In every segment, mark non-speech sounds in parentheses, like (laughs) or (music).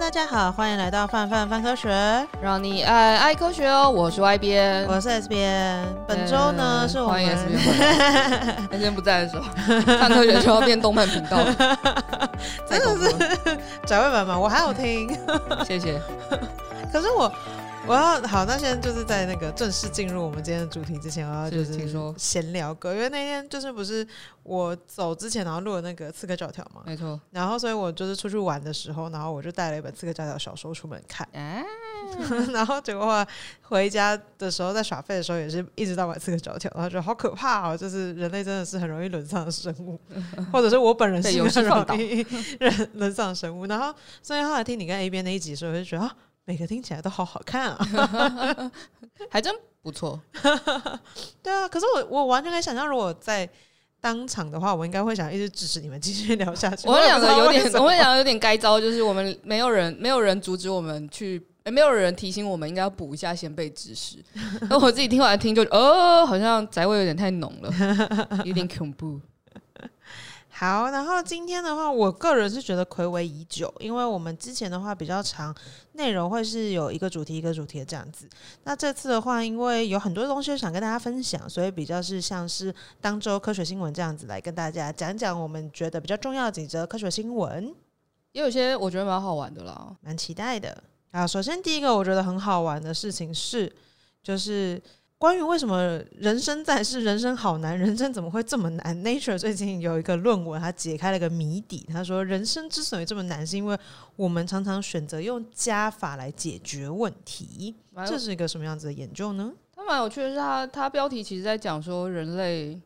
大家好，欢迎来到范范范科学，让你爱爱科学哦。我是 Y 边，我是 S 边。本周呢、呃是我欢迎 S 们边回 (laughs) 来。他今天不在的时候，范科学就要变动漫频 (laughs) 道了，太恐怖了。宅位版嘛，我还有听， (laughs) 谢谢。可是我我要好，那现在就是在那个正式进入我们今天的主题之前，我要就是是听说闲聊歌，因为那天就是不是我走之前然后录了那个《刺客教条》嘛，没错。然后所以我就是出去玩的时候，然后我就带了一本《刺客教条》小说出门看，啊， (laughs) 然后结果后来回家的时候，在耍废的时候也是一直到晚刺客教条，然后觉得好可怕哦，就是人类真的是很容易沦丧的生物，或者是我本人被是游戏很放容易 (laughs) 人沦丧的生物。然后所以后来听你跟 A 边那一集的时候，我就觉得啊，每个听起来都好好看啊。还真不错。对啊，可是我我完全可以想象，如果在当场的话，我应该会想一直支持你们继续聊下去。我们也两不知个道有为点，什么我们两个有点该招，就是我们没有人，没有人阻止我们去。呃没有人提醒我们应该要补一下先辈 (laughs) 知识，然后我自己听完听就哦，好像宅味有点太浓了，有点 (laughs) 恐怖。好，然后今天的话，我个人是觉得暌违已久，因为我们之前的话比较长，内容会是有一个主题一个主题的这样子。那这次的话，因为有很多东西想跟大家分享，所以比较是像是当周科学新闻这样子来跟大家讲讲我们觉得比较重要的几则科学新闻，也有些我觉得蛮好玩的啦，蛮期待的。啊，首先第一个我觉得很好玩的事情是，就是。关于为什么人生在世，人生好难，人生怎么会这么难？Nature 最近有一个论文，它解开了个谜底。他说，人生之所以这么难，是因为我们常常选择用加法来解决问题。蛮这是一个什么样子的研究呢？它蛮有趣的是它，它标题其实在讲说人类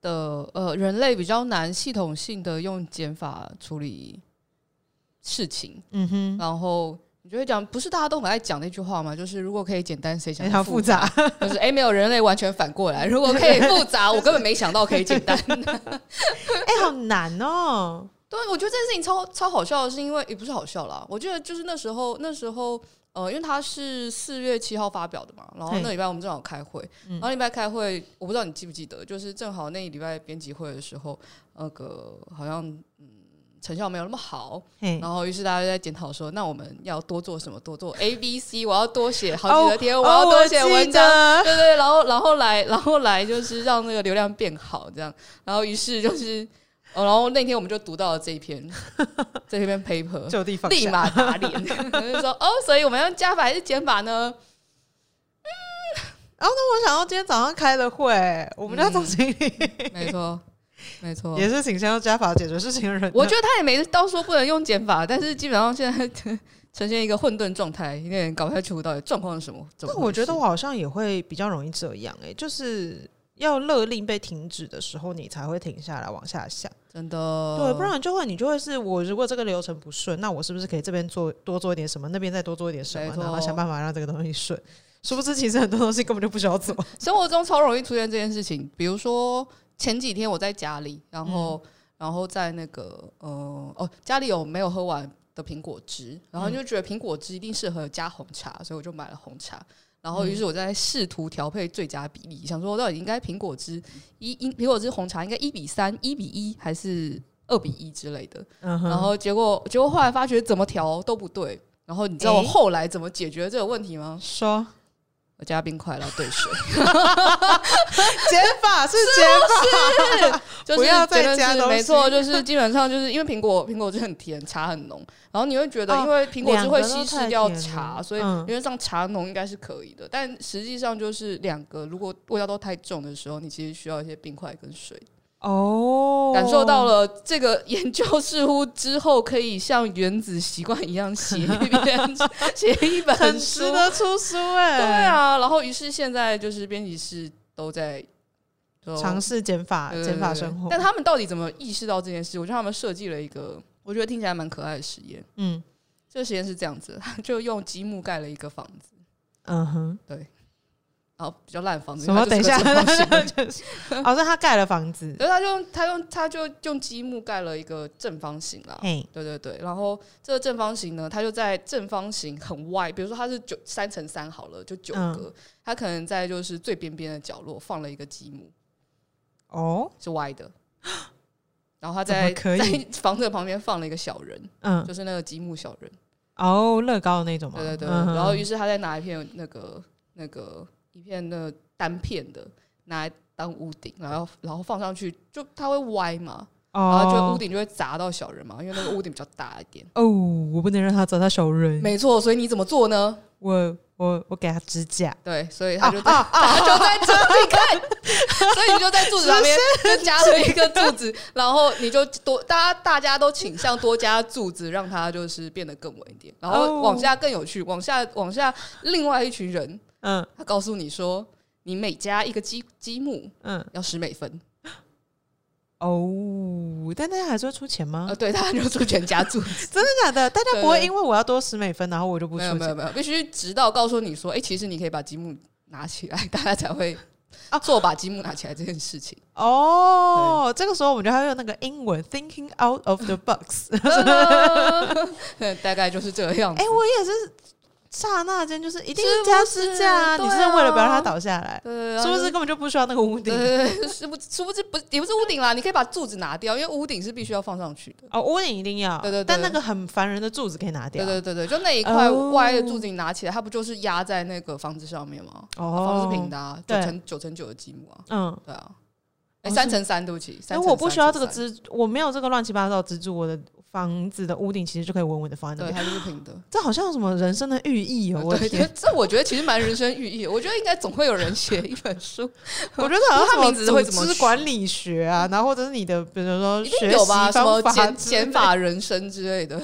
的呃，人类比较难系统性的用减法处理事情，嗯哼，然后。你就会讲，不是大家都很爱讲那句话吗？就是如果可以简单，谁想非要常哎复复杂。就是哎、没有人类完全反过来。如果可以复杂，我根本没想到可以简 (laughs) 单。 (laughs) 哎、好难哦。对，我觉得这件事情超超好笑的，是因为也不是好笑啦。我记得就是那时候，那时候呃，因为它是四月七号发表的嘛，然后对嗯那礼拜我们正好开会，然后礼拜开会，我不知道你记不记得，就是正好那礼拜编辑会的时候，那个好像嗯成效没有那么好，嘿，然后于是大家就在检讨说，那我们要多做什么？多做 A、B、C，我要多写好几个天，哦我要多写我记文章， (laughs) 得对对，然后然后来然后来就是让那个流量变好，这样，然后于是就是，哦、然后那天我们就读到了这 (laughs) 一篇这一篇 paper，就地放立下。马打脸，就说哦，所以我们要加法还是减法呢？然后呢，我想到今天早上开了会，我们家嗯总经理、没错，没错。也是挺像用加法解决事情的人呢。嗯 (laughs) 我觉得他也没到说不能用减法，但是基本上现在呈现一个混沌状态，有点搞不太清楚到底状况是什么。怎么但我回觉事得我好像也会比较容易这样、欸，就是要勒令被停止的时候，你才会停下来往下想。真的，对，不然就会你就会是我，如果这个流程不顺，那我是不是可以这边做多做一点什么，那边再多做一点什么没，错然后想办法让这个东西顺？殊不知，其实很多东西根本就不需要做。生活中超容易出现这件事情。比如说前几天我在家里，然后、嗯然后在那个呃哦家里有没有喝完的苹果汁，然嗯后就觉得苹果汁一定适合加红茶，所以我就买了红茶。然嗯后，于是我在试图调配最佳比例，想说到底应该苹果汁一一苹果汁红茶应该一比三、一比一还是二比一之类的。嗯哼，然后结果结果后来发觉怎么调都不对。然后你知道我诶后来怎么解决这个问题吗？说我加冰块，然后兑水。减法是减法，就是不要再真的加是东西 (laughs) 没错，就是基本上就是因为苹果苹果汁很甜，茶很浓，然后你会觉得哦因为苹果汁会两个都稀太释掉甜了茶，所以嗯因为上茶浓应该是可以的，但实际上就是两个如果味道都太重的时候，你其实需要一些冰块跟水。哦，感受到了这个研究似乎之后可以像原子习惯一样写一 (laughs) 篇写一很本书值，得出书哎、对，啊，然后于是现在就是编辑室都在。说尝试减法对减法啊生活，但他们到底怎么意识到这件事？我觉得他们设计了一个，我觉得听起来蛮可爱的实验。嗯这个实验是这样子， (laughs) 就用积木盖了一个房子，嗯哼，然后比较烂的房子。什么？等一下， (laughs) 所哦，是他盖了房子，以他就用他用他就用积木盖了一个正方形啦。嘿，对对对，然后这个正方形呢，它就在正方形很外，比如说它是九三乘三好了，就九嗯格，它可能在就是最边边的角落放了一个积木，哦，是 (gasps) 歪的。然后他怎么在可以 (laughs) 在房子的旁边放了一个小人，嗯，就是那个积木小人。哦，乐高的那种吗？对对对，嗯哼然后于是他再拿一片那个那个一片那个单片的拿来当屋顶，然后然后放上去，就它会歪嘛，然后就屋哦顶就会砸到小人嘛，因为那个屋顶比较大一点。哦，我不能让他找到小人，没错，所以你怎么做呢？我我我给他支架，对，所以他就啊在、他 (laughs) 就在这里看，所以你就在柱子旁边就加了一个柱子，然后你就多大家大家都倾向多加柱子，让它就是变得更稳一点，然后哦往下更有趣，往下往下另外一群人，嗯他告诉你说，你每加一个积积木嗯，要十美分，哦，但大家还是会出钱吗呃，？对，他就出全加柱子，真的假的？大家对不会对因为我要多十美分，然后我 (laughs) 就不出没有没有钱？没有，必须直到告诉你说，哎、其实你可以把积木拿起来，大家才会啊做把积木拿起来这件 (laughs) 事情。 (laughs) 哦，这个时候我们就要用那个英文 thinking out of the box。对大概哦就是这个样子。哎、我也是刹那间，就是一定是是不加是支架啊！对你是为了不要让啊它倒下来，对是不是？根本就不需要那个屋对顶？对对，殊不殊不知不也不是屋顶啦，你可以把柱子拿掉，因为屋顶是必须要放上去的。哦，屋顶一定要，对对对但那个很烦人的柱子可以拿掉。对对对对，就那一块啊哦歪的柱子你拿起来，它不就是压在那个房子上面吗？房哦，子是平的、啊，九对乘九乘九的积木啊，嗯，对啊，哎、哦三是乘三，对不起，哎，三乘我不需要这三个乘三，支，我没有这个乱七八糟的支柱，我的房子的屋顶其实就可以稳稳的放在那对，边。它就是平的。这好像有什么人生的寓意哦！我的对，天这，这我觉得其实蛮人生寓意的。我觉得应该总会有人写一本书，我觉得好像它什么名字会怎么组织取管理学啊，然后或者是你的，比如说一定 (laughs) 学有习吧？什么方法减之减类法人生之类的。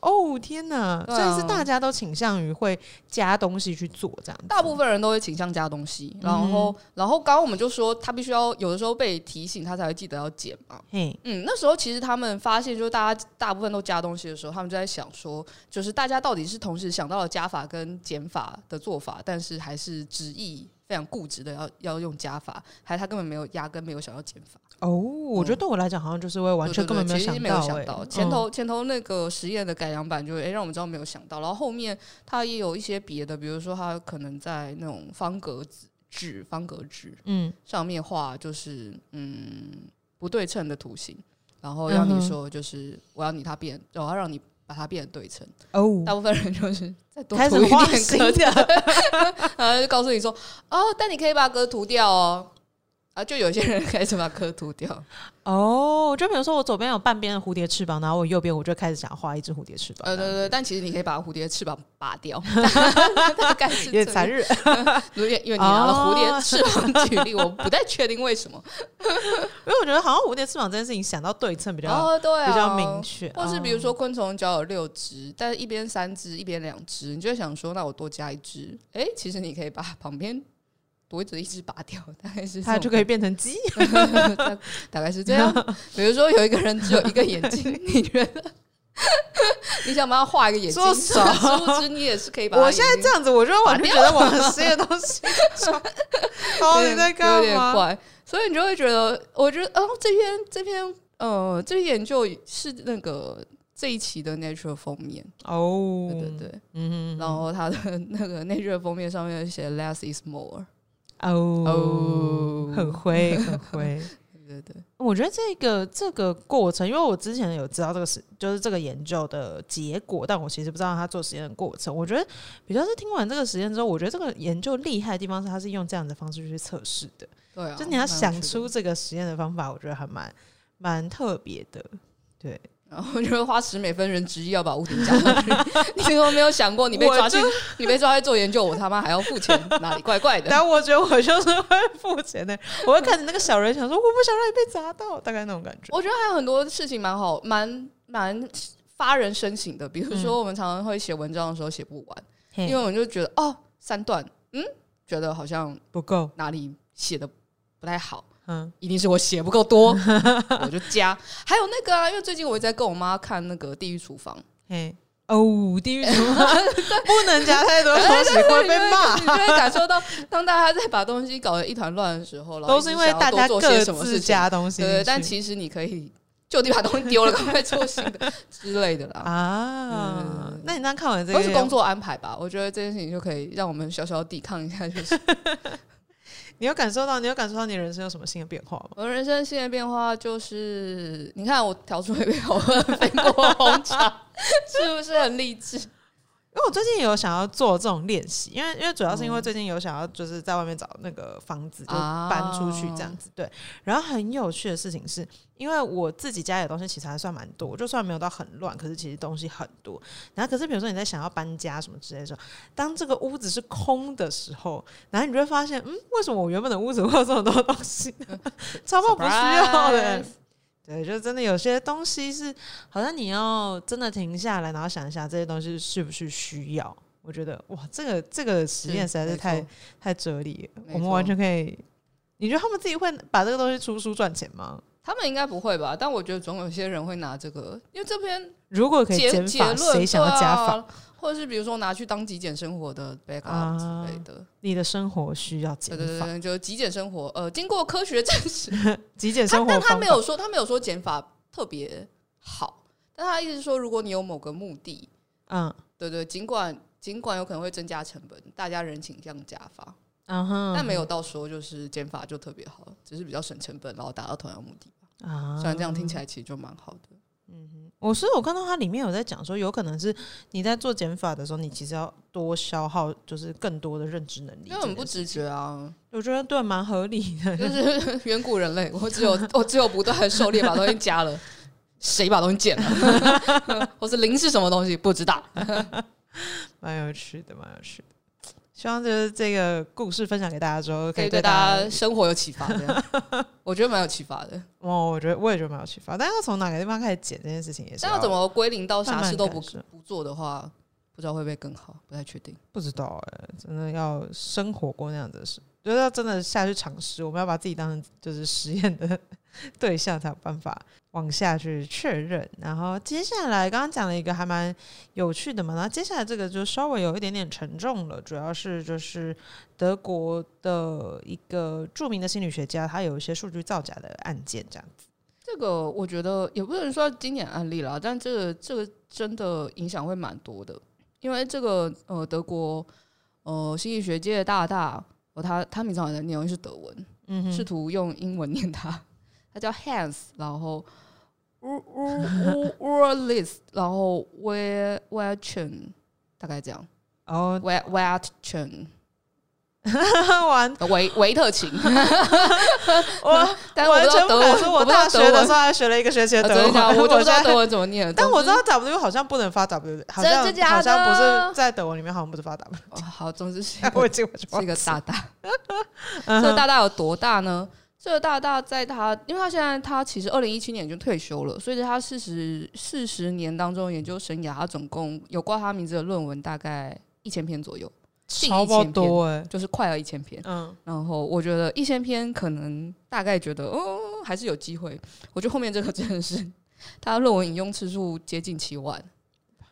哦天哪！对所啊以是大家都倾向于会加东西去做这样子。大部分人都会倾向加东西，然后，嗯然后刚刚我们就说他必须要有的时候被提醒，他才会记得要减嘛。嘿，嗯，那时候其实他们发现，就是大家大部分都加东西的时候，他们就在想说，就是大家到底是同时想到了加法跟减法的做法，但是还是执意非常固执的要要用加法，还是他根本没有压根没有想要减法，哦，我觉得对我来讲好像就是会完全对根嗯本对对有其实想没有到、欸，想到前头、前头那个实验的改良版就会，诶让我们知道没有想到，然后后面他也有一些别的，比如说他可能在那种方格子纸方格纸嗯，上面画就是嗯不对称的图形，然后让嗯你哼说就是我要你它变，我要让你把它变得对称。嗯大哦，部分人就是再多开涂始一画点新格子，的，然后就告诉你说哦，但你可以把格涂掉哦。啊，就有些人开始把格 (laughs) 涂掉， (laughs) 哦，就比如说我左边有半边的蝴蝶翅膀，然后我右边我就开始想画一只蝴蝶翅膀，呃，对对对，但其实你可以把蝴蝶翅膀拔掉， (laughs) 大概是有这点样残忍。因为因为你拿了蝴蝶哦翅膀举例，我不太确定为什么。因为我觉得好像蝴蝶翅膀这件事情想到对称比较、哦，对啊，比较明确，或是比如哦说昆虫脚有六只，但是一边三只，一边两只，你就会想说，那我多加一只。哎，其实你可以把旁边多着一只拔掉，大概是它这就种可以变成鸡，大大概是这 (laughs) 样。比如说有一个人只有一个眼睛，你觉得 (laughs) 你想把他画一个眼睛，做殊什么不知你也是可以把他我眼睛。现在这样子，我就完全觉得我很吃的东西 (laughs) 装。哦，有你点在干有点嘛？怪，所以你就会觉得，我觉得，哦，这篇这篇呃，这篇研究是那个这一期的 Nature 封面，哦，对对对，嗯哼，然后它的那个 Nature 封面上面写 Less is more，哦哦，很会，很会。对 (laughs) 对对，我觉得这个这个过程，因为我之前有知道这个是就是这个研究的结果，但我其实不知道他做实验的过程。我觉得比较是听完这个实验之后，我觉得这个研究厉害的地方是，他是用这样的方式去测试的，对啊，就你要蛮有想趣的出，这个实验的方法，我觉得还蛮蛮特别的。对，然后就会花十美分人执意要把屋顶加上去， (laughs) 你有没有想过，你被抓去我，你被抓去做研究，我他妈还要付钱，哪里怪怪的？ (laughs) 但我觉得我就是会付钱的，我会看着那个小人，想说我不想让你被砸到，大概那种感觉。我觉得还有很多事情蛮好，蛮蛮发人深省的。比如嗯说，我们常常会写文章的时候写不完，嘿因为我们就觉得哦，三段，嗯，觉得好像不够，哪里写的不太好，嗯，一定是我写不够多，我就加。还有那个啊，因为最近我一直在跟我妈看那个《地狱厨房》，嘿，哦，地狱厨房 (laughs) 不能加太多东西会被骂你。就会感受到，当大家在把东西搞得一团乱的时候，然 (laughs) 后都是因为大一直想家要多做些各什么自事情，加东西进去，对，但其实你可以就地把东西丢了，赶快做新的之类的啦。啊嗯，那你那看完这都个，是工作安排吧。我觉得这件事情就可以让我们小小抵抗一下，就是你有感受到，你有感受到你人生有什么新的变化吗？我人生新的变化就是，你看我调出一杯好喝的飞过红茶， (laughs) 是不是很励志？因为我最近也有想要做这种练习，因为因为主要是因为最近有想要就是在外面找那个房子，就啊搬出去这样子。对，然后很有趣的事情是，因为我自己家里的东西其实还算蛮多，就算没有到很乱，可是其实东西很多。然后可是比如说你在想要搬家什么之类的时候，当这个屋子是空的时候，然后你就会发现，嗯，为什么我原本的屋子会有这么多东西呢？ (laughs) 超爆哦不需要欸的 Surprise。对，就真的有些东西是，好像你要真的停下来，然后想一下这些东西是不是需要。我觉得哇，这个这个实验实在是没错太太哲理了，没我们错完全可以。你觉得他们自己会把这个东西出书赚钱吗？他们应该不会吧？但我觉得总有些人会拿这个，因为这篇如果可以结减结法，论谁想要加对法？啊或者是比如说拿去当极简生活的 backup 啊之类的，你的生活需要减对对对法，对，就是极简生活。呃，经过科学证 (laughs) 实，极简他生活但他方没法。有说，他没有说减法特别好，但他意思是说，如果你有某个目的，嗯对对，尽管尽管有可能会增加成本，大家人倾向加法，嗯哼，但没有到说就是减法就特别好，只是比较省成本，然后达到同样目的。啊虽然这样听起来其实就蛮好的，我是有看到它里面有在讲说，有可能是你在做减法的时候，你其实要多消耗，就是更多的认知能力。因为很不直，(laughs) 觉啊，我觉得对，蛮合理的。 (laughs) 就是 (laughs) 远古人类，我只有我只有不断的狩猎把东西加了。谁把东西捡了， (laughs) 或是零是什么东西不知道？蛮有趣的，蛮有趣的。希望就是这个故事分享给大家之后，可以对对大家生活有启发，这样 (laughs) 我觉得蛮有启发的。哦，我觉得我也觉得蛮有启发。但要从哪个地方开始剪这件事情也是，但要怎么归零到啊慢啥慢事都不感受不做的话，不知道会不会更好，不太确定。不知道哎、真的要生活过那样的事，觉得要真的下去尝试，我们要把自己当成就是实验的对象，才有办法往下去确认。然后接下来刚刚讲了一个还蛮有趣的嘛，然后接下来这个就稍微有一点点沉重了，主要是就是德国的一个著名的心理学家，他有一些数据造假的案件这样子。这个我觉得也不能说经典案例啦，但这个这个真的影响会蛮多的，因为这个呃德国呃心理学界的大大，哦他他平常也在念，因为是德文，嗯试哼，图用英文念它，它叫 Hans，然后 u u u u r l i s 然后 where where chen，大概这样哦， where where chen 完，维维特琴。我但我不完知全不道德敢文，说，我我不知道大德学的文时候还学了一个学期啊的德真的文，假的我就不知现道在德文怎么念。但我总知之道 W 好像不能发 W，好真像的假的好像不是在德文里面好像不是发 W，哦好，总之是一但个我记我就是一忘个记大大。 (laughs) 这嗯个哼大大有多大呢？这个大大在他，因为他现在他其实二零一七年就退休了，所以他四十四十年当中研究生涯，他总共有挂他名字的论文大概一千篇左右，近超一爆千篇多哎、就是快要一千篇。嗯，然后我觉得一千篇可能大概觉得，哦，还是有机会。我觉得后面这个真的是他论文引用次数接近七万，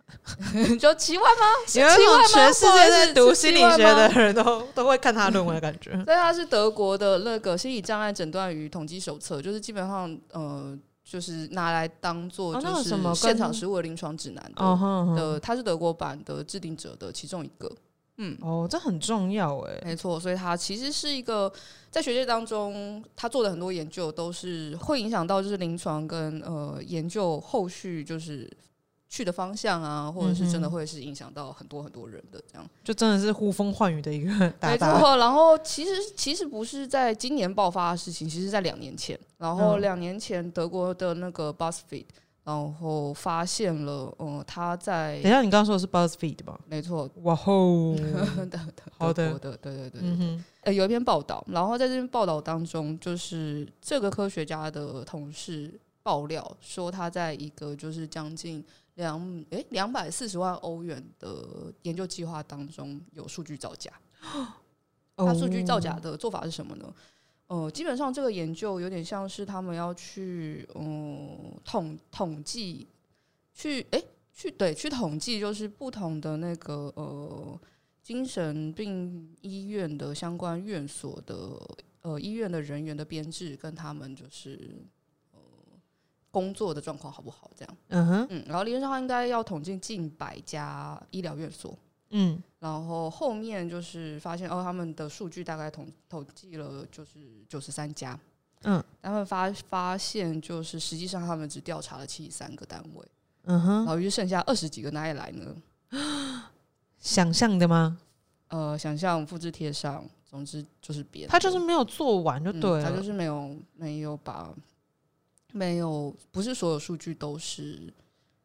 (laughs) 就七万吗？有一七万种吗全世界在不好读意思是心理七万学的吗人都都会看他论文的感 (laughs) 觉。所以他是德国的那个心理障碍诊断与统计手册，就是基本上呃，就是拿来当做哦那有就什么是跟现场实务的临床指南的。哦哼哼的，他是德国版的制定者的其中一个。嗯，哦，这很重要哎、没错，所以他其实是一个在学界当中，他做的很多研究都是会影响到就是临床跟呃研究后续就是去的方向啊，或者是真的嗯哼会是影响到很多很多人的这样。就真的是呼风唤雨的一个大没大。错，然后其实其实不是在今年爆发的事情，其实在两年前。然后嗯两年前德国的那个 BuzzFeed，然后发现了，呃，他在等一下，你刚刚说的是 BuzzFeed 吧？没错，哇 (laughs) 吼，德德好的德国的，对对对对嗯哼，呃，有一篇报道，然后在这篇报道当中，就是这个科学家的同事爆料说，他在一个就是将近两诶两百四十万欧元的研究计划当中有数据造假。哦他数据造假的做法是什么呢？呃，基本上这个研究有点像是他们要去嗯统统计，去诶，去对去统计，就是不同的那个呃精神病医院的相关院所的呃医院的人员的编制跟他们就是呃工作的状况好不好这样。嗯哼，嗯，然后理论上他应该要统计近百家医疗院所，嗯然后后面就是发现哦，他们的数据大概统统计了就是九十三家，嗯，他们发发现就是实际上他们只调查了七十三个单位，嗯然哼，后就剩下二十几个哪里来呢？想象的吗？呃，想象复制贴上，总之就是别人他就是没有做完就嗯对啊他了，就是没有没有把没有不是所有数据都是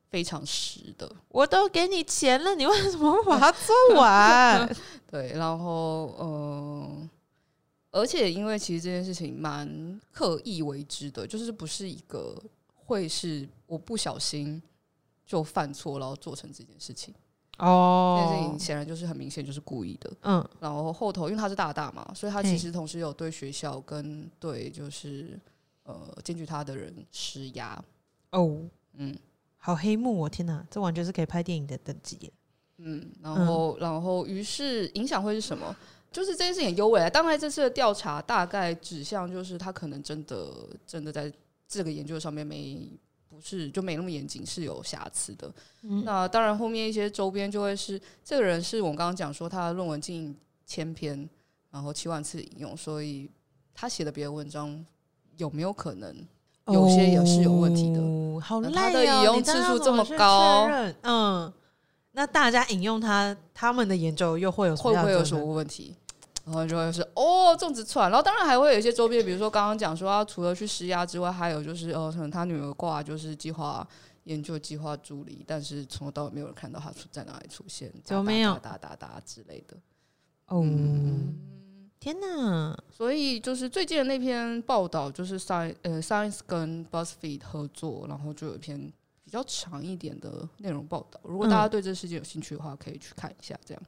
非常实的，我都给你钱了，你为什么不把它做 (laughs) 完？对，然后呃，而且因为其实这件事情蛮刻意为之的，就是不是一个会是我不小心就犯错，然后做成这件事情。这件事哦情，显然就是很明显就是故意的。嗯然后后头因为他是大大嘛，所以他其嘿实同时有对学校跟对就是呃检举他的人施压，哦，嗯。好黑幕哦！天哪，这完全是可以拍电影的等级耶。嗯，然后，然后，于是影响会是什么？就是这件事情很优美啊。当然，这次的调查大概指向就是他可能真的真的在这个研究上面没不是就没那么严谨，是有瑕疵的。那当然，后面一些周边就会是这个人是我们刚刚讲说他的论文近千篇，然后七万次引用，所以他写的别的文章有没有可能有些也是有问题的哦、好累、哦、他的引用次数这么高你知哦道他怎么去确认，嗯，那大家引用他他们的研究又会有什么会不样会的有什么问题？然后就会是哦，粽子串，然后当然还会有一些周边，比如说刚刚讲说，他除了去施压之外，还有就是呃，可能他女儿挂就是计划研究计划助理，但是从头到尾没有人看到他出在哪里出现，有没有哒哒哒哒哒之类的。哦？天哪，所以就是最近的那篇报道，就是 Science 呃 Science 跟 BuzzFeed 合作，然后就有一篇比较长一点的内容报道。如果嗯大家对这事件有兴趣的话，可以去看一下。这样，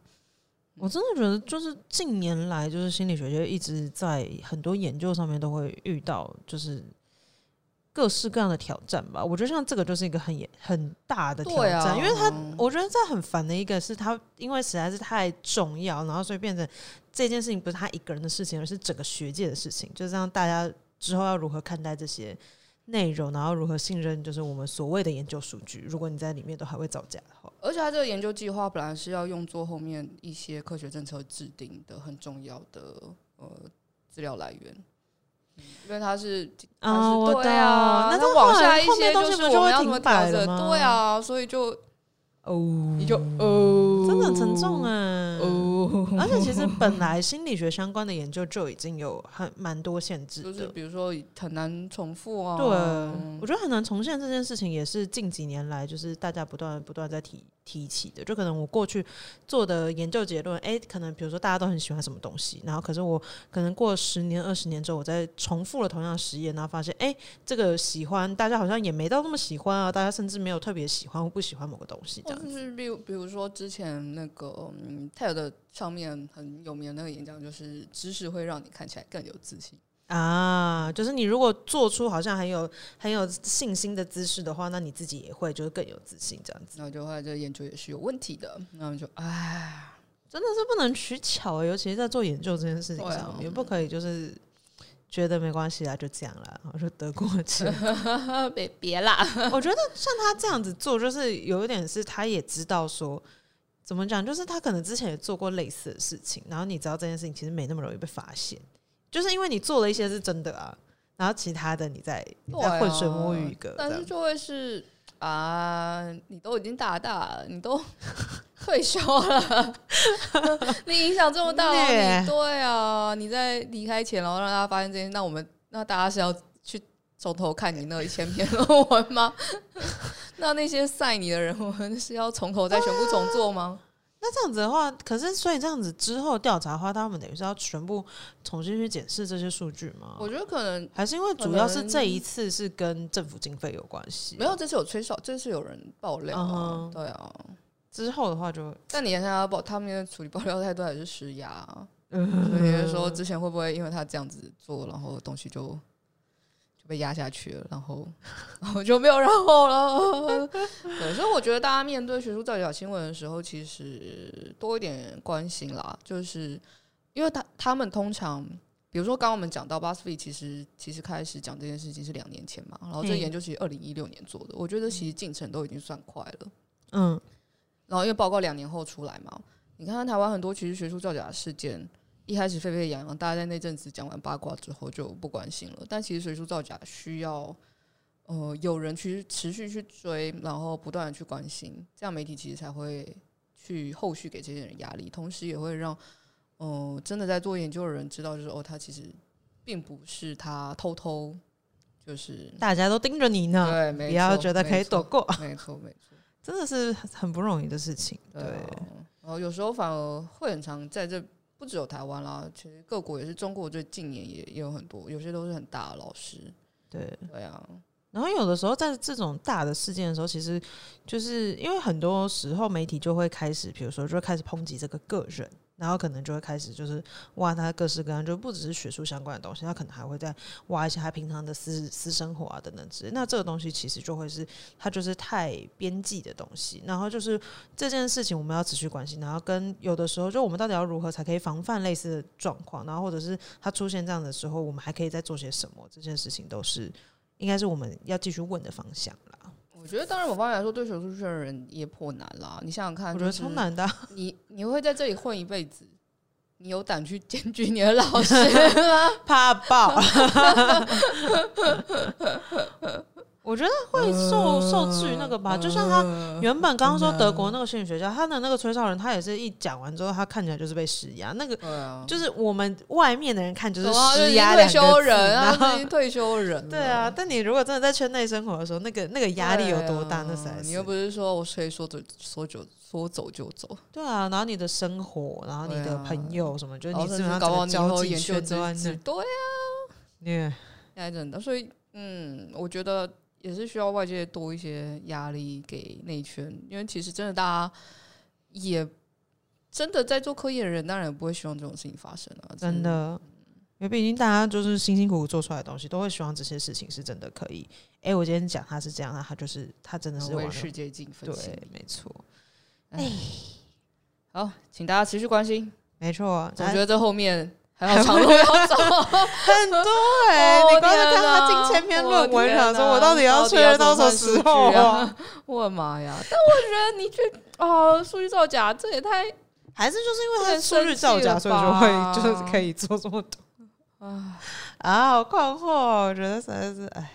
我真的觉得就是近年来就是心理学就一直在很多研究上面都会遇到就是各式各样的挑战吧。我觉得像这个就是一个很严很大的挑对战，啊，因为它我觉得这很烦的一个是他，因为实在是太重要，然后所以变成这件事情不是他一个人的事情，而是整个学界的事情。就是让大家之后要如何看待这些内容，然后如何信任，就是我们所谓的研究数据。如果你在里面都还会造假的话，而且他这个研究计划本来是要用作后面一些科学政策制定的很重要的呃资料来源，嗯因为它是它是、哦我懂。对啊，那它这往下一后面些东西是不我们会要怎么停调摆了整，吗？对，啊，所以就哦，你就哦，真的很沉重啊。哦，而且其实本来心理学相关的研究就已经有很蛮多限制的，就是比如说很难重复啊，对，我觉得很难重现这件事情，也是近几年来就是大家不断不断在提提起的。就可能我过去做的研究结论，诶，可能比如说大家都很喜欢什么东西，然后可是我可能过了十年、二十年之后，我再重复了同样的实验，然后发现，诶，这个喜欢大家好像也没到那么喜欢啊，大家甚至没有特别喜欢或不喜欢某个东西这或样者子。是比如比如说之前那个嗯泰尔的上面很有名的那个演讲，就是知识会让你看起来更有自信。啊，就是你如果做出好像很有很有信心的姿势的话，那你自己也会就是更有自信这样子。然后就后来这个研究也是有问题的，然后就唉，真的是不能取巧、欸，尤其是在做研究这件事情对啊上面，不可以就是觉得没关系啦，啊就这样啦，我说得过 (laughs) 且过。呃别别啦，我觉得像他这样子做，就是有一点是他也知道说。怎么讲？就是他可能之前也做过类似的事情，然后你知道这件事情其实没那么容易被发现，就是因为你做了一些是真的啊，然后其他的你在你对在啊浑水摸鱼一个这但样是就会是啊，你都已经大大了，你都退休了，你影响这么大、哦， (laughs) 对你对啊，你在离开前，然后让大家发现这件事，那我们那大家是要去从头看你那一千篇论文吗？ (laughs) 那那些晒你的人，我们是要从头再全部重 (laughs) 做吗？那这样子的话，可是所以这样子之后调查的话，他们等于是要全部重新去检视这些数据吗？我觉得可能还是因为主要是这一次是跟政府经费有关系，啊没有，这次有吹哨，这次有人爆料、啊嗯哼对啊。之后的话就但你看他爆，他们处理爆料态度还是施压啊，所以就是说之前会不会因为他这样子做，然后东西就就被压下去了，然后 (laughs) 然后就没有然后了。 (laughs) 对，所以我觉得大家面对学术造假新闻的时候，其实多一点关心啦，就是因为他他们通常。比如说，刚刚我们讲到 BuzzFeed，其实其实开始讲这件事情是两年前嘛，然后这个嗯研究其实二零一六年做的，我觉得其实进程都已经算快了。嗯然后因为报告两年后出来嘛，你看看台湾很多其实学术造假事件，一开始沸沸扬扬，大家在那阵子讲完八卦之后就不关心了。但其实学术造假需要，呃，有人去持续去追，然后不断的去关心，这样媒体其实才会去后续给这些人压力，同时也会让，呃，真的在做研究的人知道，就是哦，他其实并不是他偷偷，就是大家都盯着你呢，对，没啊不要错觉得可以躲，过， (laughs) 没错没错没错。真的是很不容易的事情。对，啊然后有时候反而会很常在这，不只有台湾啦，其实各国也是。中国这近年也也有很多，有些都是很大的老师。对。对啊，然后有的时候在这种大的事件的时候，其实就是因为很多时候媒体就会开始，比如说就会开始抨击这个个人，然后可能就会开始就是挖他各式各样，就不只是学术相关的东西，他可能还会再挖一些他平常的私私生活啊等等之类。那这个东西其实就会是它就是太边际的东西，然后就是这件事情我们要持续关心，然后跟有的时候就我们到底要如何才可以防范类似的状况，然后或者是它出现这样的时候，我们还可以再做些什么，这件事情都是。应该是我们要继续问的方向啦。我觉得当然某方面来说，对学术圈的人也颇难啦。你想想看，我觉得超。难的 (laughs) 啊、你你会在这里混一辈子，你有胆去检举你的老师 (laughs) 啊 (laughs) 吗？怕爆。我觉得会受呃受制于那个吧，就像他原本刚刚说德国那个心理学家，他的那个吹哨人，他也是一讲完之后，他看起来就是被施压。那个对啊，就是我们外面的人看就是有啊施压退两个休字人啊，然后他已经退休人了。对啊，但你如果真的在圈内生活的时候，那个那个压力有多大？对啊那才是你又不是说我可以说走说走说走就走。对啊。然后你的生活，然后你对的啊朋友什么，就是然你后基甚本上至搞整不好个你以交后际研究圈知都在识，那。对啊， Yeah 现在真的，所以嗯，我觉得也是需要外界多一些压力给内圈，因为其实真的大家也真的在做科研的人，当然也不会希望这种事情发生啊，只真是。的，因为毕竟大家就是辛辛苦苦做出来的东西，都会希望这些事情是真的可以。哎、我今天讲他是这样，那他就是他真的能是为完世界尽分对心力。，没错，好，请大家持续关心。没错。总哎觉得这后面还有长路要走。很多哎、哦你光是天看哪他近千篇我论文，哦天想说我哪到底要确认到到底要什么怎么时候换数据啊啊？ (laughs) 我的妈呀！但我觉得你去哦，数据造假，这也太……还是就是因为不他的能数生据造气假，了所以就吧会就是可以做这么多啊啊，好困惑哦，我觉得实在是哎。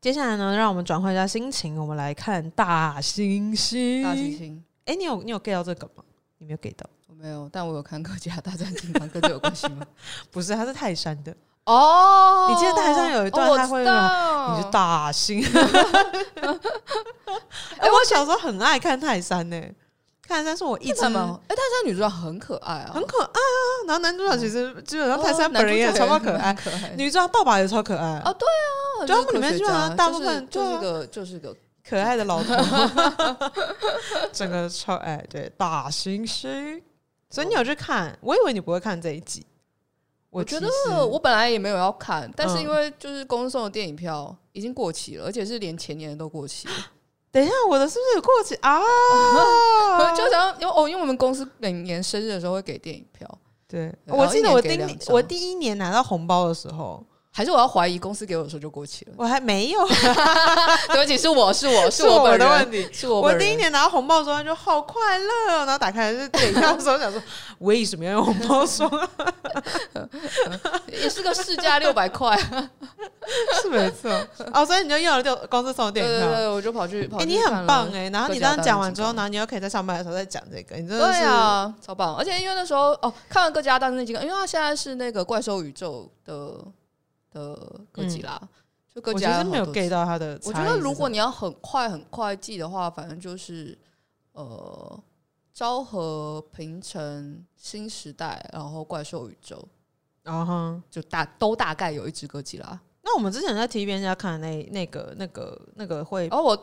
接下来呢，让我们转换一下心情，我们来看大猩猩。大猩猩。哎、你有你有 get 到这个吗？你没有 get 到？我没有，但我有看《哥吉拉大战金刚》，跟这有关系 (laughs) 吗？不是，它是泰山的，哦你记得台上有一段他会让你是大猩。 (laughs) 哎、我小时候很爱看泰山呢、看泰山是我一一直直吗？哎，但是那女主角很可爱啊，很可爱啊。然后男主角其实基本上哦泰山本人也超爆可，爱男，主角也很可爱。女主角爸爸也超可爱，哦就他们里面居然大部分就对是啊个就是个可爱的老 (laughs) 头，整个超爱对大猩猩。所以你有去看？我以为你不会看这一集。我觉得其实我本来也没有要看，但是嗯因为就是公司送的电影票已经过期了，而且是连前年的都 (laughs) 过期了，？等一下，我的是不是有过期啊 (laughs) 就想要因为哦，因为我们公司每年生日的时候会给电影票，对，然呃我后记一得年我给第一两年张我第一年拿到红包的时候，还是我要怀疑公司给我的时候就过期了 (laughs) 。我还没有，对不起，是我是我我本的问人，题。是我我本第一人。年拿到红包的时候就好快乐哦，然后打开来是点票的时候想说，为什么要用红包刷？也是个市价六 (laughs) 百块， (laughs) 是没错，哦，所以你就用了就公司送的对电影对票。对，我就跑去跑哎，去你看很了棒哎！然后你这各家样大讲战完金之后，刚然后你又可以在上班的时候再讲这个，你真的对是啊，超棒！而且因为那时候哦，看完《哥吉拉大战金刚》，因为它现在是那个怪兽宇宙的的哥吉拉，就哥我吉其拉实没有好多 get 到他的差我异是觉什么。得如果你要很快很快记的话，反正就是呃，昭和、平成、新时代，然后怪兽宇宙，啊哈，就大都大概有一只哥吉拉。那我们之前在 T 边家看的那那个那个那个会然后我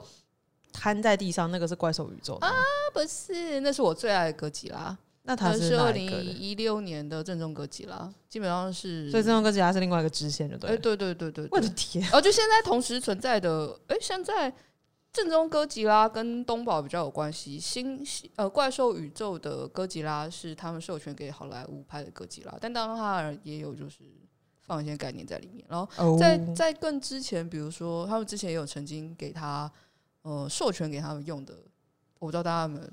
瘫在地上，那个是怪兽宇宙的吗啊不是，那是我最爱的哥吉拉，那他那是哪二一零个的？一六年的正宗哥吉拉，基本上是所以这种跟其他是另外一个支线，就呃对哎，了。对对对对我对的，天，然后哦就现在同时存在的，哎，现在正宗哥吉拉跟东宝比较有关系，新呃怪兽宇宙的哥吉拉是他们授权给好莱坞拍的哥吉拉，但当然它也有就是放一些概念在里面。然后哦在在更之前，比如说他们之前也有曾经给他呃授权给他们用的，我不知道大家有没有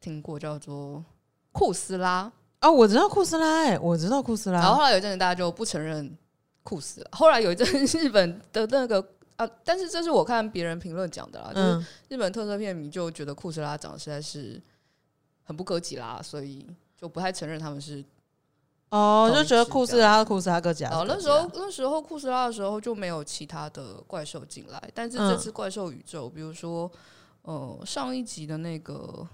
听过叫做。库斯拉，哦，我知道库斯拉、欸，我知道库斯然后拉，后来有一阵子大家就不承认酷死了。后来有一阵 (laughs) 日本的那个啊，但是这是我看别人评论讲的啦，就是嗯，日本特色片迷就觉得库斯拉长得实在是很不哥吉拉，所以就不太承认他们是。哦，同就觉得志库斯这拉、库斯拉各家的然后各家，那时候那时候库斯拉的时候就没有其他的怪兽进来，但是这嗯次怪兽宇宙，比如说呃上一集的那个。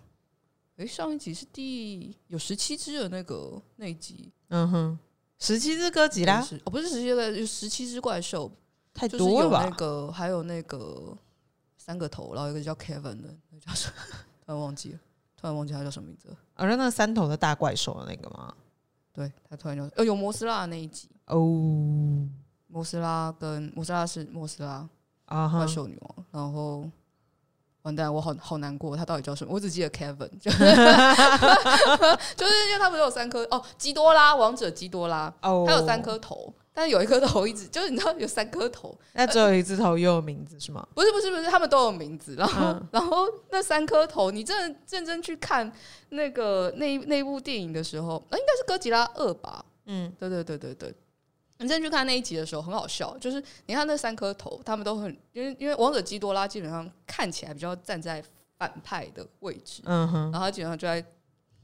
诶，上一集是第有十七只的那个那一集，嗯哼，十七只哥吉几拉哦，不是十七个，有十七只怪兽，太就是多有了那吧？个，还有那个三个头，然后一个叫 Kevin 的，那个叫什么？ (laughs) 突然忘记了，突然忘记他叫什么名字了。好哦像那个三头的大怪兽的那个吗？对他突然叫，呃，有摩斯拉的那一集，哦，摩斯拉跟摩斯拉是摩斯拉啊哈怪，兽女王，然后完蛋，我好好难过，他到底叫什么？我只记得 Kevin，就 (laughs) 就是因为他不是有三颗哦，基多拉王者基多拉，哦，他有三，颗头，但是有一颗头一直就是你知道有三颗头，那只有一只头又有名字是吗？不是不是不是，他们都有名字。然后、嗯 (laughs) 然后那三颗头，你真的认真去看那个那那部电影的时候，那、应该是哥吉拉二吧？嗯，对对对对对。你真的去看那一集的时候，很好笑，就是你看那三颗头，他们都很，因为因为王者基多拉基本上看起来比较站在反派的位置，嗯哼，然后他基本上就在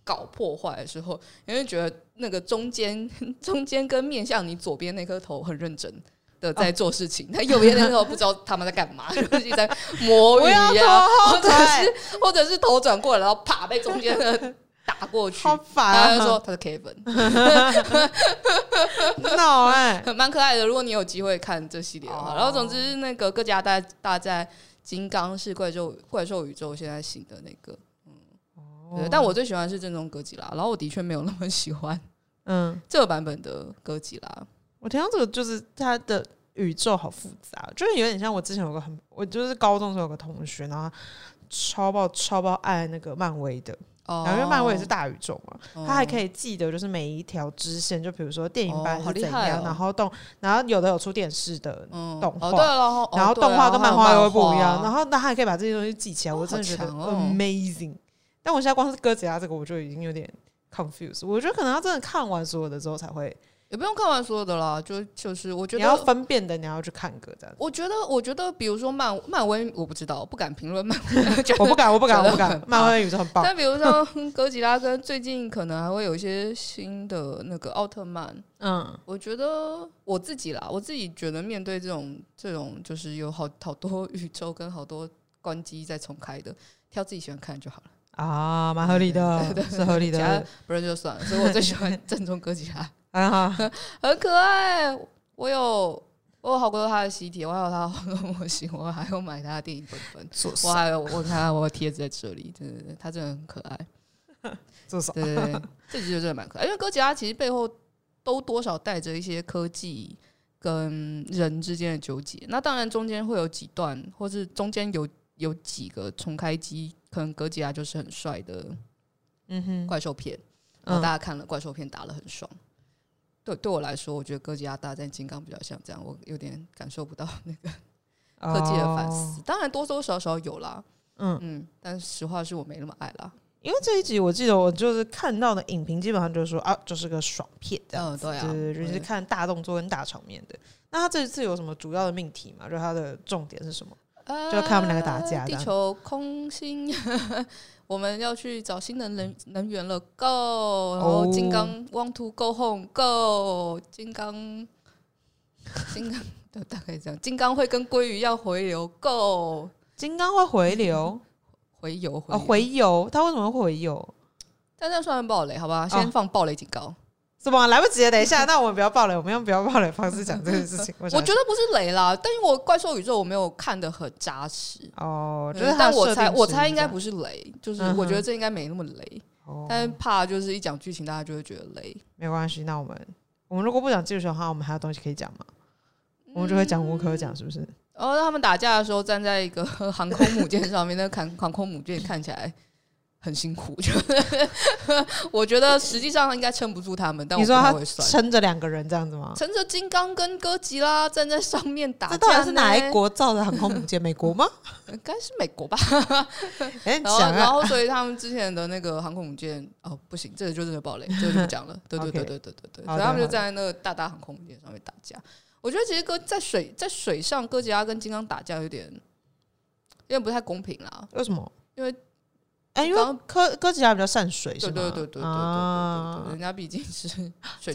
搞破坏的时候，你会觉得那个中间 (laughs) 中间跟面向你左边那颗头很认真的哦在做事情，他、右边那颗头不知道他们在干嘛， (laughs) 就是一直在摸不鱼要拖呀、后或者腿，是或者是头转过来，然后啪被中间的打过去好。他烦就说啊！他是 Kevin，闹 (laughs) 哎，蛮可爱的。如果你有机会看这系列的话，哦然后总之那个各家大大在金刚是怪兽怪兽宇宙现在新的那个，嗯哦对，但我最喜欢是正宗哥吉拉，然后我的确没有那么喜欢嗯，这个版本的哥吉拉。我听到这个就是它的宇宙好复杂，就是有点像我之前有个很，我就是高中的时候有个同学，然后他超爆超爆爱那个漫威的，哦然后因为漫威也是大宇宙嘛，哦他还可以记得就是每一条支线，就比如说电影版哦是好厉怎害样，哦然后动，然后有的有出电视的，嗯动画哦对了，哦然后对啊动画跟漫画又会不一样，还有漫画然后那他还可以把这些东西记起来，哦我真的觉得好强哦 amazing。但我现在光是哥吉拉这个，我就已经有点 confused。我觉得可能要真的看完所有的之后才会，也不用看完所有的啦，就就是我觉你要得。。分辨的，你要去看个这样 (laughs) 我觉得，我觉得，比如说漫漫威，我不知道，我不敢评论漫威，觉得我不敢，我不敢，觉得我不敢很。棒漫威宇宙很 (laughs) 棒，但比如说哥吉拉跟最近可能还会有一些新的那个奥特曼，嗯我觉得我自己啦，我自己觉得面对这种这种就是有好好多 (laughs) 宇宙跟好多关机在重开的，挑自己喜欢看就好了，啊，蛮合理 (laughs) 的，是合理其他的。不认就算了。所以我最喜欢 (laughs) 正宗哥吉拉，啊哈，很可爱。我有我有好多他的习题，我还有他好多模型， (laughs) 我还有买他的电影本本。做我还有，我看我有贴纸在这里，对对对，他真的很可爱。做少对对对，这集就真的蛮可爱，因为哥吉拉其实背后都多少带着一些科技跟人之间的纠结。那当然中间会有几段，或是中间有有几个重开机，可能哥吉拉就是很帅的嗯哼，怪兽片，然后嗯大家看了怪兽片打了很爽。对对我来说，我觉得哥吉拉大战金刚比较像这样，我有点感受不到那个科技的反哦思。当然多多少少有啦，嗯嗯，但实话是我没那么爱啦。因为这一集我记得我就是看到的影评，基本上就是说啊，就是个爽片这样嗯子，对啊对对，我就也是看大动作跟大场面的。那他这一次有什么主要的命题吗？就它的重点是什么？呃就看他们两个打架这地样球空心， (laughs) 我们要去找新能能能源了，Go！然后哦金刚、Want to go home，Go！金刚，金刚， (laughs) 对，大概这样。金刚会跟鲑鱼要回流，Go！金刚会回流回游，嗯回啊，游。回游，它为什么会回游？但这算暴雷，好吧？先哦放暴雷警告。怎么来不及了？等一 (laughs) 下，那我们不要暴雷，我们用不要暴雷的方式讲这件事情。我我想觉得不是雷啦，但因为我怪兽宇宙我没有看的很扎实。哦，就是嗯它但的我设猜，定我是猜应这该样不是雷，就是嗯哼我觉得这应该没那么雷，哦但是怕就是一讲剧情，大家就会觉得雷。没关系。那我们我们如果不讲技术的话，我们还有东西可以讲吗？我们就会讲无可讲，是不是？嗯然 (laughs) 后他们打架的时候，站在一个航空母舰上面，那航航空母舰看起来很辛苦， (laughs) 就是我觉得实际上应该撑不住他们，但我你不说太他会算。撑着两个人这样子吗？乘着金刚跟哥吉拉站在上面打这到架，底是哪一？国造的航空母舰？美国 (laughs) 吗？应该是美国吧。哎，你然后，讲然啊，后，所以他们之前的那个航空母舰，哦，不行，这个就真的爆雷，这个就不讲了。对对 OK 对对对对对，好所的以他们就站在那个大大航空母舰上面打架。我觉得其实哥在水在水上，哥吉拉跟金刚打架有点有点不太公平啦。为什么？因为哎，因为刚科科吉拉比较善水，是对吗？对对对对对对对对，啊人家毕竟 (laughs) 是水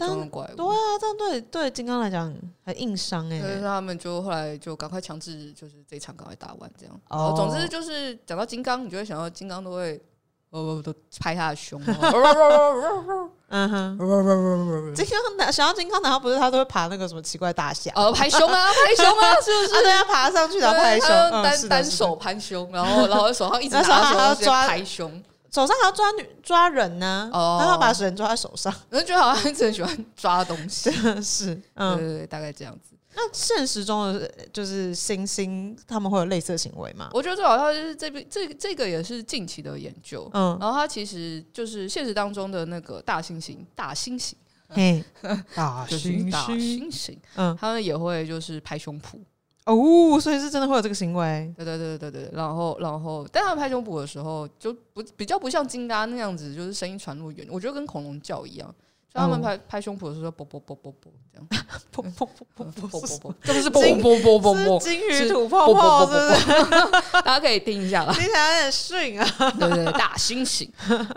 真中的怪物。对啊，这样对对金刚来讲很硬伤所以哎。他们就后来就赶快强制，就是这一场赶快打完这样。哦然后总之就是讲到金刚，你就会想到金刚都会，呃，都拍他的胸，哦然 (laughs) 后嗯哼，金刚拿想要金刚，然后不是他都会爬那个什么奇怪大 (laughs) 虾，呃，拍胸啊，拍胸啊，是不啊，是？对，他爬上 (laughs) 去然后拍对手，他嗯是用单的单是的手拍胸，然后然后手上一直 (laughs) 那拿时候还要着东西抓拍胸，手上还要抓女抓人呢、哦他要把人抓在手上， (laughs) 然后就好像一直很喜欢抓东西。是对嗯。对对，大概这样子。那现实中的就是猩猩，他们会有类似的行为吗？我觉得最好笑就是这边这这个也是近期的研究，嗯，然后它其实就是现实当中的那个大猩猩，大猩猩。嘿，大 (laughs) 就是大猩，猩，嗯，他们也会就是拍胸脯，哦，所以是真的会有这个行为，对对对对对，然后然后，但他们拍胸脯的时候就不比较不像金刚那样子，就是声音传入远，我觉得跟恐龙叫一样，就他们哦拍拍胸脯的时候，啵啵啵啵啵这样，砰砰砰啵砰砰啵啵砰，啵，这不是金啵啵是，金鱼吐泡泡，啵啵是不是？大家可以听一下啦。听起来有点逊啊。对对，对大猩猩。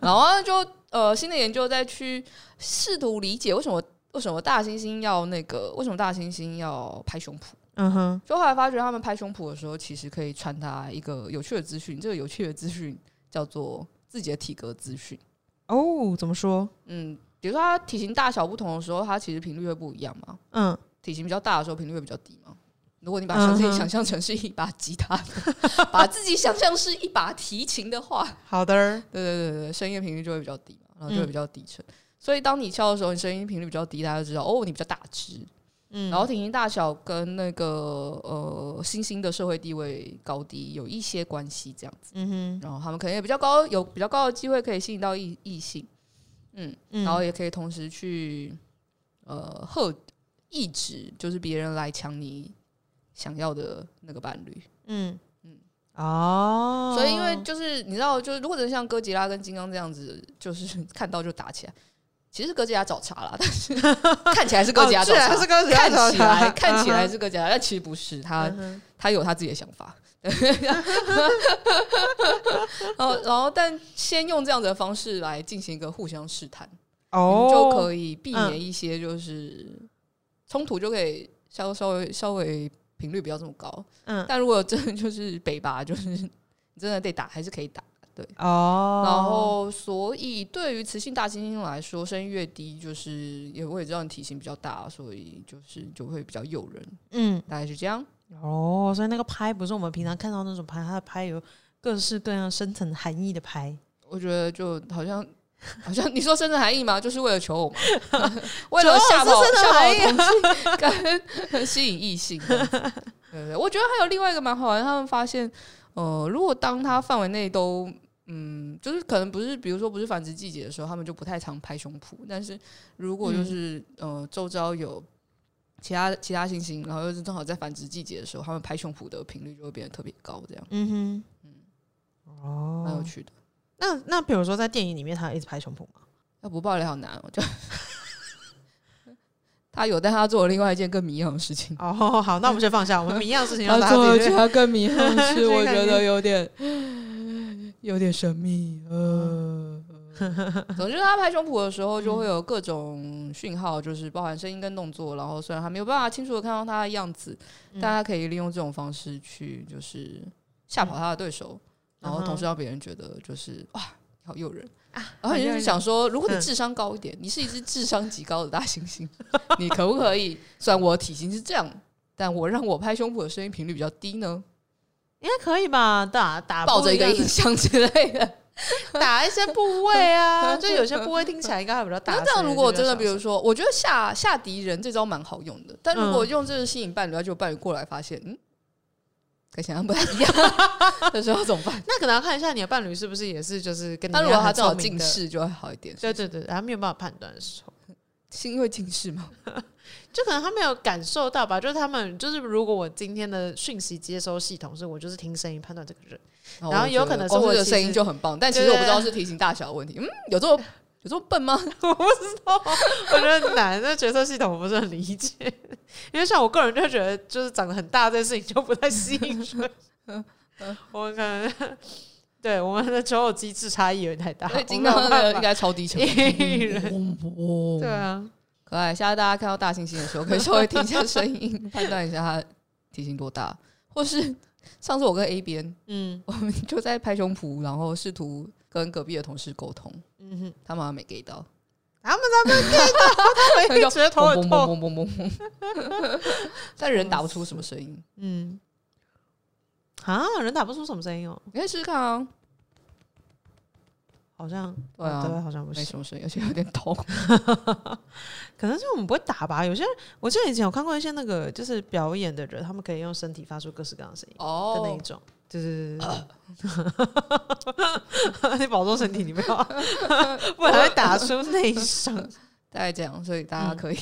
然后就呃，新的研究再去试图理解为什么为什么大猩猩要那个，为什么大猩猩要拍胸脯。嗯哼，就后来发觉他们拍胸脯的时候，其实可以传达一个有趣的资讯。这个有趣的资讯叫做自己的体格资讯。哦，怎么说？嗯，比如说他体型大小不同的时候，他其实频率会不一样嘛。嗯，体型比较大的时候，频率会比较低嘛。如果你把想自己嗯哼想象成是一把吉他的 (laughs) 把自己想象是一把提琴的话，好的，对对对对，声音的频率就会比较低嘛，然后就会比较低沉。所以当你敲的时候，你声音频率比较低，大家就知道哦，你比较大只。嗯，然后体型大小跟那个呃星星的社会地位高低有一些关系，这样子。嗯然后他们可能也比较高，有比较高的机会可以吸引到异异性，嗯，哼，然后也可以同时去呃遏抑制，就是别人来抢你想要的那个伴侣。嗯嗯，哦，所以因为就是你知道，就是如果真的像哥吉拉跟金刚这样子，就是 (laughs) 看到就打起来。其实哥吉拉找茬啦，但 (laughs) 是看起来是哥吉拉哦找居然茬，是哥吉拉看找起茬 (laughs) 来看起来嗯哼是哥吉拉，但其实不是，他嗯哼他有他自己的想法。 (laughs) 然后，然后，但先用这样子的方式来进行一个互相试探，你哦们就可以避嗯免一些就是冲突，就可以稍稍微稍微频率不要这么高。嗯但如果真的就是北吧，就是你真的得打，还是可以打。哦，然后，所以对于雌性大猩猩来说，声音越低，就是也我也知道你体型比较大，所以就是就会比较诱人，嗯，大概是这样。哦，所以那个拍不是我们平常看到那种拍，它的拍有各式各样深层含义的拍。我觉得就好像。好像你说深层含义吗？就是为了求偶嘛， (laughs) 为了吓跑求偶是深吓层含义跑同性跟 (laughs) 吸引异性这样子。对对对，我觉得还有另外一个蛮好玩，他们发现，呃，如果当它范围内都，嗯，就是可能不是，比如说不是繁殖季节的时候，他们就不太常拍胸脯。但是如果嗯就是、呃周遭有其他其他猩猩，然后又是正好在繁殖季节的时候，他们拍胸脯的频率就会变得特别高，这样嗯蛮有哦，趣的。那那比如说在电影里面，他一直拍胸脯吗？。要不爆雷好难哦，就他有，但他做了另外一件更迷样的事情哦，好，那我们先放下，我们一样 (laughs) 事情要他大家做了自一己件去。他更迷样的这 (laughs) 事，个我觉感觉得有点有点神秘。呃， (laughs) 嗯总之他拍胸脯的时候就会有各种讯号，就是包含声音跟动作。然后虽然还没有办法清楚的看到他的样子，嗯但他可以利用这种方式去就是吓跑他的对手，然后同时让别人觉得就是哇。好诱人嗯啊！然后你就是想说，如果你嗯智商高一点，你是一只智商极高的大猩 (laughs) 猩，你可不可以？虽然我体型是这样，但我让我拍胸脯的声音频率比较低呢，应该可以吧？打打抱着一个不样音的箱之类 (laughs) 的。打一些部位啊，就有些部位听起来应该还比较大 (laughs) 那声。这样，如果真的，就比比较如说，我觉得吓吓敌人这招蛮好用的，但如嗯 (laughs) 果用这个吸引伴侣，而且伴侣过来发现，嗯，跟想象不太一样 (laughs) 的时候怎么 (laughs) 办？那可能要看一下你的伴侣是不是也是就是跟你那一如果样他很正好聪明近的，视就会好一点，对对对，他没有办法判断的时候，是因为近视吗？就可能他没有感受到吧。就是他们就是如果我今天的讯息接收系统是我就是听声音判断这个人，哦然后有可能是光我这个其声音实就很棒，但其对实我对不知道是体型大小的问题。嗯，有这么有这么笨 (laughs) 吗？我觉得很难，这角色系统我不是很理解。 (laughs) 因为像我个人就觉得，就是长得很大这件事情就不太吸引人。 (laughs) 我们可能对我们的求偶机制差异有点太大，所以我金没有刚那个办应法该超低 (laughs) 沉。一人哦对啊，可爱。下次大家看到大猩猩的时候，可以稍微听一下声音， (laughs) 判断一下它体型多大，或是上次我跟 A 边，嗯我们就在拍胸脯，然后试图跟隔壁的同事沟通，嗯哼，他们好像没 get 到，他们他们 get (laughs) 到，他哎们一直 (laughs) 觉得头很嘣痛，嘣嘣嘣嘣嘣但人打不出什么声音，嗯。啊，人打不出什么声音哦，你可以试试看啊，好像对啊哦对，好像不没行。什么声音，而且有点痛。可能是我们不会打吧。有些人，我记得以前有看过一些那个就是表演的人，他们可以用身体发出各式各样的声音的那哦一，种。对对对对对， (laughs) 你保重身体，你不 (laughs) 要，不然会打出内伤。大概这样，所以大家可以、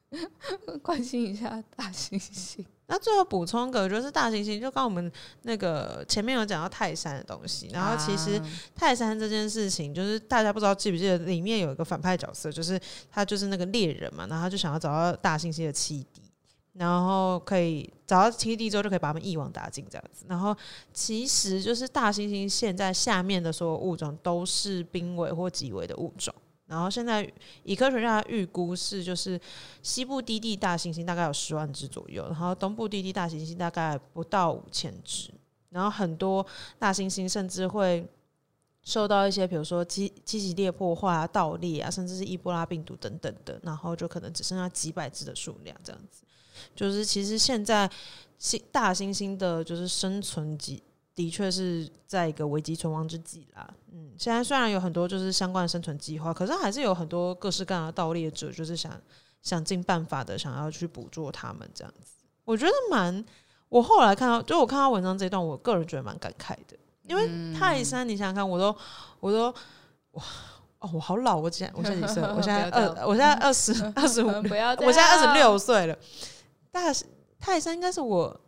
(laughs) 关心一下大猩 (laughs) 猩。那最后补充个，就是大猩猩，就刚我们那个前面有讲到泰山的东西，然后其实啊泰山这件事情，就是大家不知道记不记得，里面有一个反派角色，就是他就是那个猎人嘛，然后他就想要找到大猩猩的栖地，然后可以找到栖地之后就可以把他们一网打尽这样子。然后其实就是大猩猩现在下面的所有物种都是濒危或极危的物种。然后现在以科学家预估是，就是西部低地大猩猩大概有十万只左右，然后东部低地大猩猩大概不到五千只，然后很多大猩猩甚至会受到一些，比如说栖栖息地的破坏啊、盗猎啊，甚至是伊波拉病毒等等的，然后就可能只剩下几百只的数量这样子。就是其实现在新大猩猩的，就是生存几的确是在一个危机存亡之际啦。嗯，现在虽然有很多就是相关的生存计划，可是还是有很多各式各样的盗猎者，就是想想尽办法的想要去捕捉他们这样子。我觉得蛮，我后来看到，就我看到文章这一段，我个人觉得蛮感慨的，因为嗯泰山，你想想看，我都我都哇哦，我好老，我现在我现在几 (laughs) 岁？我现在不要这样二，我现在二十二十五嗯 (laughs) 不要这样，我现在二十六岁了，大泰山应该是我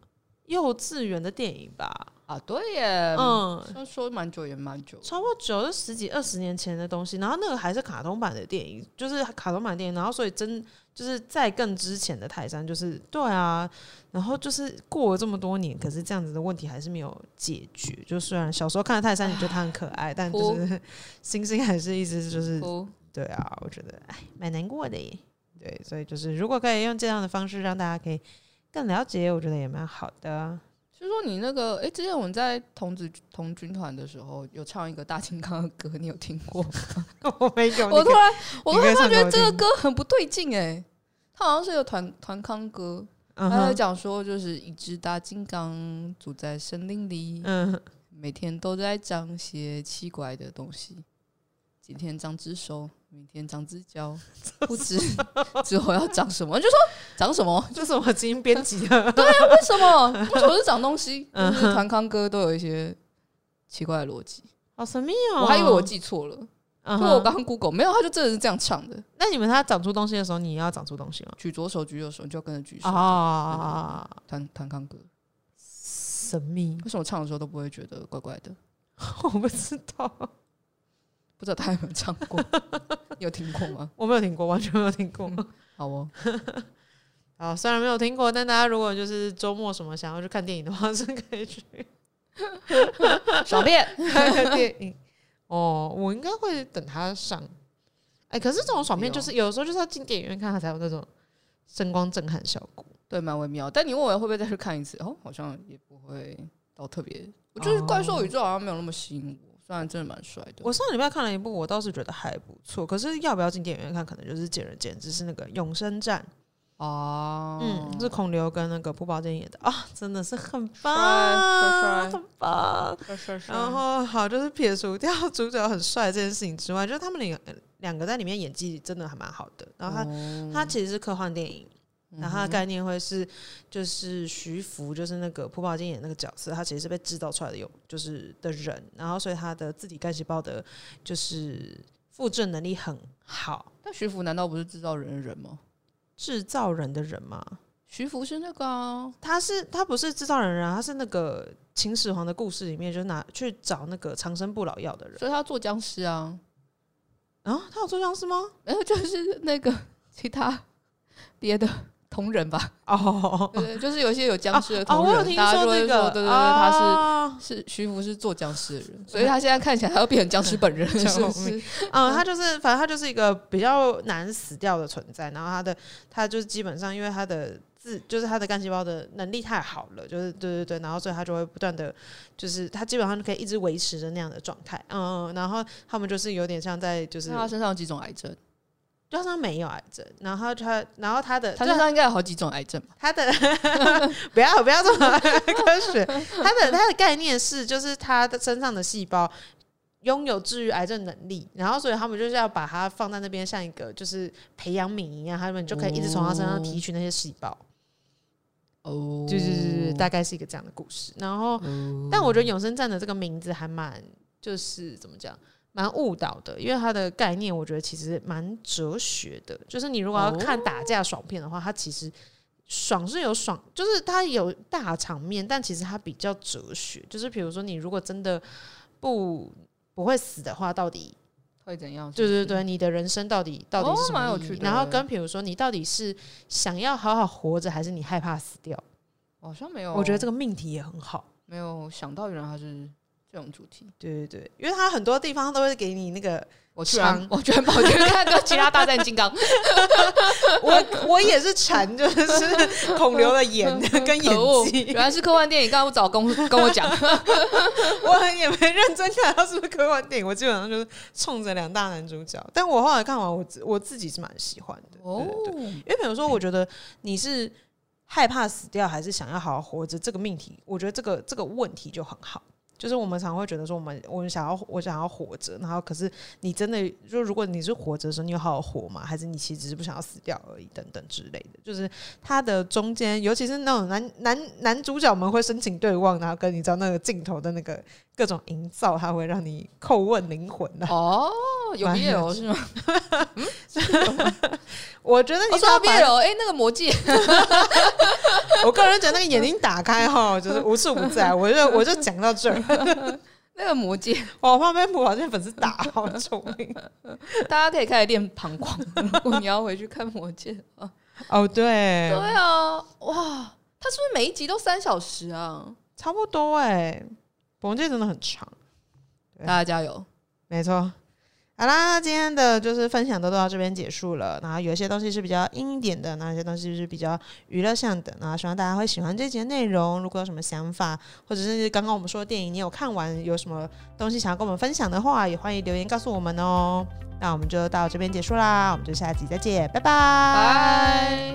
幼稚园的电影吧？啊，对耶，嗯，嗯，说说蛮久也蛮久，超过九就十几二十年前的东西，然后那个还是卡通版的电影，就是卡通版电影，然后所以真就是在更之前的泰山，就是对啊，然后就是过了这么多年，可是这样子的问题还是没有解决。就虽然小时候看的泰山，你觉得它很可爱，但就哭是 (laughs) 星星还是一直就是哭对啊，我觉得哎，蛮难过的耶。对，所以就是如果可以用这样的方式让大家可以更了解，我觉得也蛮好的。 (laughs) 就是说你那个，哎、之前我们在童子童军团的时候，有唱一个大金刚的歌，你有听过？我没有， (laughs) 我突然，我突你可以然唱发给觉我这个听歌很不对劲哎、它好像是有团团康歌，嗯他在哼呃讲说就是一只大金刚住在森林里，嗯，每天都在长些奇怪的东西，今天长只手，明天长只 (laughs) 脚，不知 (laughs) 之后要长什么，就说长 (laughs) 什么， (laughs) 这是我基因编辑的。为什么？为什么是长东西？ (laughs) 嗯就是团康歌都有一些奇怪的逻辑，好神秘哦！我还以为我记错了，嗯因哼，为我刚刚 Google 没有，他就真的是这样唱的，那你们它长出东西的时候，你也要长出东西吗？举左手举右手，你就要跟着举手。啊，团团康歌，神秘，为什么唱的时候都不会觉得怪怪的？ (laughs) 我不知道，不知道他有没有唱 (laughs) 过？你有听过吗？我没有听过，完全没有听过。(laughs) 好哦，啊，虽然没有听过，但大家如果就是周末什么想要去看电影的话，是可以去小便。 (laughs) 看个电影。哦，我应该会等它上。哎、可是这种爽片就是有时候就是要进电影院看，它才有那种声光震撼效果。对，蛮微妙。但你问我会不会再去看一次，哦，好像也不会到特别。我就是怪兽宇宙好像没有那么吸引我，虽然真的蛮帅的。哦我上礼拜看了一部，我倒是觉得还不错，可是要不要进电影院看，可能就是见仁见智。是那个《永生战》，啊，嗯，是孔刘跟那个朴宝剑演的啊、真的是很帅帅棒，帅很棒。帅帅帅然后好，就是撇除掉主角很帅这件事情之外， (laughs) 就是他们两两个在里面演技真的还蛮好的。然后他、他其实是科幻电影，然后它的概念会是，就是徐福，就是那个朴宝剑演那个角色，他其实是被制造出来的有就是的人，然后所以他的自体干细胞的，就是复制能力很好，但徐福难道不是制造人的人吗？制造人的人嘛，徐福是那个、啊，他是他不是制造人啊，他是那个秦始皇的故事里面就是拿去找那个长生不老药的人所以他做僵尸啊，啊，他有做僵尸吗？然后就是那个其他别的同人吧，哦，对对，就是有一些有僵尸的哦，同我人，有听大家说就会这说，个，对对对，他是啊是徐福是做僵尸的人，所以他现在看起来他要变成僵尸 (laughs) 本人，是不是？嗯，他就是，反正他就是一个比较难死掉的存在。然后他的，他就是基本上因为他的自，就是他的干细胞的能力太好了，就是对对对，然后所以他就会不断的，就是他基本上就可以一直维持着那样的状态。嗯，然后他们就是有点像在，就是那他身上有几种癌症？就算没有癌症，然后他，然后他的，啊他就身上应该有好几种癌症吧？他的 (laughs) 不要不要这么科学，他的他的概念是，就是他的身上的细胞拥有治愈癌症能力，然后所以他们就是要把它放在那边，像一个就是培养皿一样，他们就可以一直从他身上提取那些细胞。哦，对对对对，大概是一个这样的故事。然后，但我觉得永生站的这个名字还蛮，就是怎么讲，蛮误导的，因为它的概念我觉得其实蛮哲学的。就是你如果要哦看打架爽片的话，它其实爽是有爽，就是它有大场面，但其实它比较哲学。就是比如说，你如果真的不不会死的话，到底会怎样？对对对，你的人生到底到底是什么哦蛮有意义趣的欸然后跟比如说，你到底是想要好好活着，还是你害怕死掉？好像没有，我觉得这个个命题也很好。没有想到，原来他是这种主题。对对对，因为它很多地方都会给你那 (laughs) 个，我居然长我居然跑去看个其他大战金 (laughs) 刚，我我也是馋， (laughs) 就是孔刘的眼跟 (laughs) 可恶演技原，来是科幻电影，刚刚不早跟 (laughs) 我跟我讲， (laughs) 我很也没认真看他是不是科幻电影，我基本上就是冲着两大男主角。但我后来看完，我自我自己是蛮喜欢的。哦，因为比如说，我觉得你是害怕死掉，还是想要好好活着，这个命题，我觉得这个这个问题就很好。就是我们常会觉得说，我们我们想要我想要活着，然后可是你真的就如果你是活着的时候，你有好好活吗？还是你其实只是不想要死掉而已，等等之类的。就是它的中间，尤其是那种男男男主角们会深情对望，然后跟你知道那个镜头的那个各种营造，它会让你叩问灵魂的、哦，有蛮 BL 是吗？我觉得我你说要到把 BL，哎，那个魔戒， (laughs) 我个人觉得那个眼睛打开哈，就是无处不在。我就我就讲到这儿，那个魔戒，我怕被朴宝剑粉丝打，哦好聪明。大家可以开始练膀胱，如果你要回去看魔戒的话。哦，对对，啊，哇，他是不是每一集都三小时啊？差不多哎、欸，宝剑真的很长，对大家加油！没错。好啦，今天的就是分享都到这边结束了。然后有一些东西是比较阴一点的，那有些东西是比较娱乐向的。然后希望大家会喜欢这节内容。如果有什么想法，或者是刚刚我们说的电影，你有看完有什么东西想要跟我们分享的话，也欢迎留言告诉我们哦。那我们就到这边结束啦，我们就下集再见，拜拜。拜。